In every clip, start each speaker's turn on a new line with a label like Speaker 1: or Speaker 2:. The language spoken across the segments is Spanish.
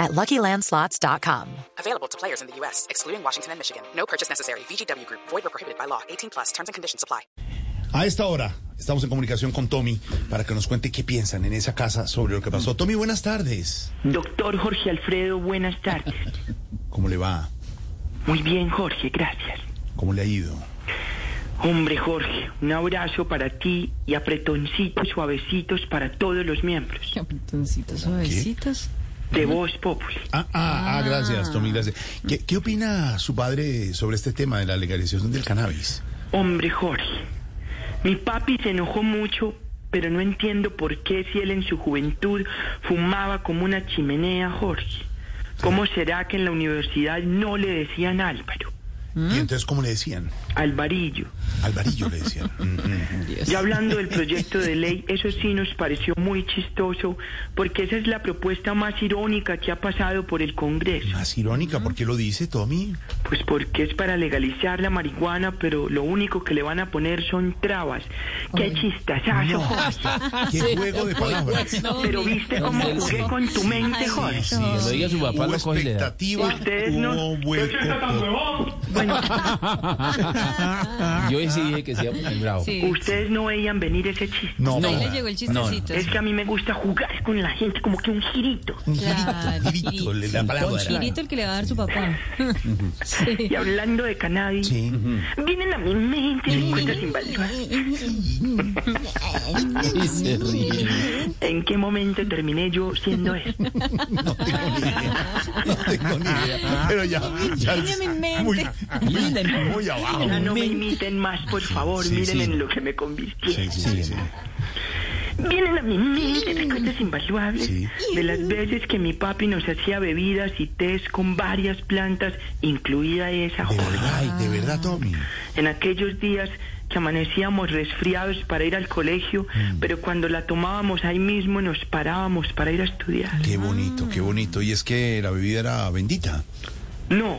Speaker 1: at luckylandslots.com.
Speaker 2: Available to players in the U.S., excluding Washington and Michigan. No purchase necessary. VGW Group, void or prohibited by law. 18 plus terms and conditions apply.
Speaker 3: A esta hora estamos en comunicación con Tommy para que nos cuente qué piensan en esa casa sobre lo que pasó. Tommy, buenas tardes.
Speaker 4: Doctor Jorge Alfredo, buenas tardes.
Speaker 3: ¿Cómo le va?
Speaker 4: Muy bien, Jorge, gracias.
Speaker 3: ¿Cómo le ha ido?
Speaker 4: Hombre, Jorge, un abrazo para ti y apretoncitos suavecitos para todos los miembros
Speaker 5: Capitoncitos suavecitos.
Speaker 4: de Voz Populi.
Speaker 3: Ah, ah, ah, gracias, Tommy, gracias. ¿Qué, qué opina su padre sobre este tema de la legalización del cannabis?
Speaker 4: Hombre, Jorge, mi papi se enojó mucho, pero no entiendo por qué si él en su juventud fumaba como una chimenea, Jorge. ¿Cómo será que en la universidad no le decían Álvaro?
Speaker 3: Y entonces, ¿cómo le decían?
Speaker 4: Alvarillo.
Speaker 3: Alvarillo le decían. Mm, mm.
Speaker 4: Ya hablando del proyecto de ley, eso sí nos pareció muy chistoso, porque esa es la propuesta más irónica que ha pasado por el Congreso.
Speaker 3: Más irónica, ¿por qué lo dice, Tommy?
Speaker 4: Pues porque es para legalizar la marihuana, pero lo único que le van a poner son trabas. ¡Qué chistazazo,
Speaker 3: No.
Speaker 4: Jorge!
Speaker 3: Qué juego de palabras.
Speaker 4: Pero viste cómo jugué con tu mente, Jorge.
Speaker 3: Sí,
Speaker 6: Que lo diga su papá,
Speaker 3: Hubo
Speaker 6: lo coge y le da.
Speaker 3: expectativa,
Speaker 4: Ustedes no-
Speaker 3: hubo vuelco por-
Speaker 6: Yo sí dije que sea muy bravo.
Speaker 5: Sí.
Speaker 4: Ustedes no veían venir ese chiste.
Speaker 3: No,
Speaker 5: Ahí
Speaker 3: para
Speaker 5: le
Speaker 3: nada.
Speaker 5: llegó el
Speaker 6: no, no.
Speaker 5: chistecito.
Speaker 4: Es que a mí me gusta jugar con la gente, como que un girito.
Speaker 3: Un
Speaker 5: Claro,
Speaker 3: girito, girito, le- la
Speaker 6: girito.
Speaker 3: palabra.
Speaker 5: Chirito el que le va a dar su papá. Sí.
Speaker 4: Y hablando de cannabis,
Speaker 3: Sí.
Speaker 4: vienen a mi mente cosas invaluables.
Speaker 6: Y se ríe.
Speaker 4: ¿En qué momento terminé yo siendo esto?
Speaker 3: No tengo ni idea. No tengo ni idea. Pero ya. ya
Speaker 5: Niña, mi mente.
Speaker 3: Muy, muy, muy abajo.
Speaker 4: Ya no me imiten más, por favor.
Speaker 3: Sí,
Speaker 4: Miren
Speaker 3: sí.
Speaker 4: en lo que me convirtié.
Speaker 3: Sí, sí, sí, sí.
Speaker 4: Vienen a mi mente recuerdos invaluables
Speaker 3: Sí.
Speaker 4: de las veces que mi papi nos hacía bebidas y tés con varias plantas, incluida esa
Speaker 3: De
Speaker 4: joven.
Speaker 3: verdad, ay, de verdad, Tommy.
Speaker 4: En aquellos días que amanecíamos resfriados para ir al colegio,
Speaker 3: Mm.
Speaker 4: pero cuando la tomábamos ahí mismo nos parábamos para ir a estudiar.
Speaker 3: Qué bonito, qué bonito. Y es que la bebida era bendita.
Speaker 4: No,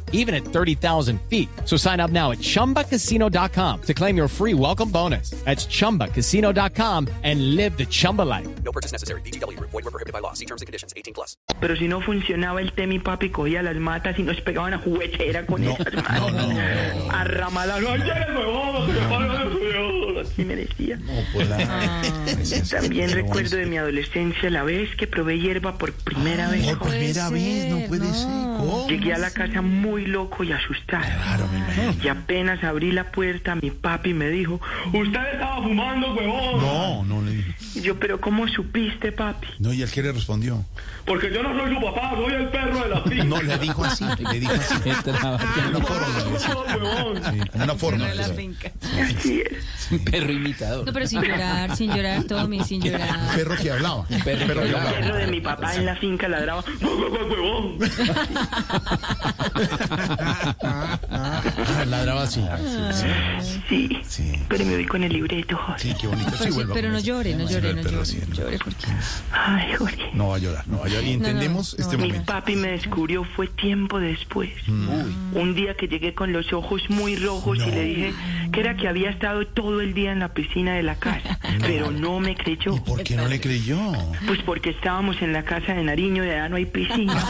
Speaker 7: even at 30,000 feet. So sign up now at chumbacasino.com to claim your free welcome bonus. That's chumbacasino.com and live the Chumba life.
Speaker 8: No purchase necessary. VGW Group. Void were prohibited by law. See terms and conditions. 18 plus.
Speaker 4: pero si no funcionaba el té, mi papi cogía las matas y nos pegaban a juguetera con
Speaker 3: No,
Speaker 4: esas
Speaker 3: no,
Speaker 4: manos.
Speaker 3: no, no,
Speaker 4: A ramadas. ¡Ay, ya eres huevón! que te paras de huevón! Así me decía.
Speaker 6: Oh, pues
Speaker 3: Ah.
Speaker 4: También recuerdo de mi adolescencia la vez que probé hierba por primera vez.
Speaker 3: Por primera vez, no pues. puede ser. ¿Cómo?
Speaker 4: Llegué a la casa muy loco y asustado.
Speaker 3: Claro, me imagino.
Speaker 4: Y apenas abrí la puerta, mi papi me dijo, usted estaba fumando, huevón.
Speaker 3: No, no, le dije.
Speaker 4: Y yo, pero ¿cómo supiste, papi?
Speaker 3: no, y el que le respondió.
Speaker 4: Porque yo no soy su papá, soy el perro de la
Speaker 3: No, le dijo así, le dijo así.
Speaker 6: Qué traba-
Speaker 3: Una forma,
Speaker 4: huevón.
Speaker 3: sí, una forma.
Speaker 5: De la
Speaker 3: sí.
Speaker 5: finca.
Speaker 4: Así es.
Speaker 6: Un perro
Speaker 5: No,
Speaker 6: imitador.
Speaker 5: pero sin llorar, sin llorar, Tommy, sin
Speaker 3: Un
Speaker 5: llorar.
Speaker 3: perro que hablaba. Un
Speaker 6: perro que hablaba.
Speaker 4: El perro de mi papá en la finca ladraba, huevón.
Speaker 3: Ah, Ladraba así. Sí,
Speaker 4: Sí,
Speaker 3: sí.
Speaker 4: pero me voy con el libreto, Jorge.
Speaker 3: Sí, qué bonito. Sí,
Speaker 5: Pero, sí,
Speaker 3: vuelva
Speaker 5: pero
Speaker 3: con
Speaker 5: no
Speaker 3: eso.
Speaker 5: llore, no
Speaker 3: Sí,
Speaker 5: llore,
Speaker 3: el
Speaker 5: no
Speaker 3: perro
Speaker 5: llore.
Speaker 3: sí, el
Speaker 5: No llore porque...
Speaker 4: Ay, Jorge.
Speaker 3: No va a llorar, no va a llorar. Y entendemos
Speaker 5: no,
Speaker 3: este
Speaker 5: no.
Speaker 4: Mi
Speaker 3: momento.
Speaker 4: papi me descubrió fue tiempo después. Un día que llegué con los ojos muy rojos y le dije que era que había estado todo el día en la piscina de la casa, pero no me creyó.
Speaker 3: ¿Y por qué no le creyó?
Speaker 4: Pues porque estábamos en la casa de Nariño y allá no hay piscina.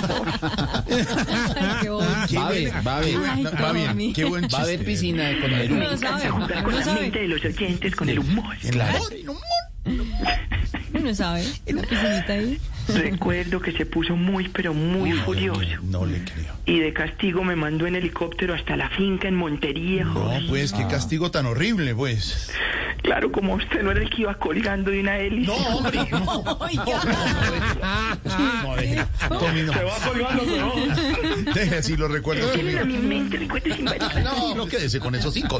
Speaker 5: Ay, qué bobo.
Speaker 3: Qué
Speaker 6: Va a haber,
Speaker 3: buena-
Speaker 6: va a haber.
Speaker 3: qué buena-
Speaker 5: Ay,
Speaker 3: va bien,
Speaker 5: Tommy.
Speaker 3: qué buen
Speaker 6: Va a haber
Speaker 3: chiste.
Speaker 6: piscina con Nerú.
Speaker 5: Uno no sabe,
Speaker 4: Jugar
Speaker 5: uno
Speaker 4: con
Speaker 5: no
Speaker 4: la mente
Speaker 5: sabe.
Speaker 4: de los oyentes, con el humor.
Speaker 3: Claro.
Speaker 5: Uno sabe. Una piscinita ahí.
Speaker 4: Recuerdo que se puso muy, pero muy furioso.
Speaker 3: No le creo.
Speaker 4: Y de castigo me mandó en helicóptero hasta la finca en Montería,
Speaker 3: No,
Speaker 4: Jorge.
Speaker 3: pues, qué castigo tan horrible, pues.
Speaker 4: Claro, como usted no era el que iba colgando de una hélice.
Speaker 3: No, hombre, no. No, deje. Tommy, no.
Speaker 4: colgando,
Speaker 3: Deje así los recuerdos, Tommy.
Speaker 4: a mi mente, recuerde sin varias.
Speaker 3: No, no quédese con esos cinco.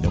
Speaker 7: No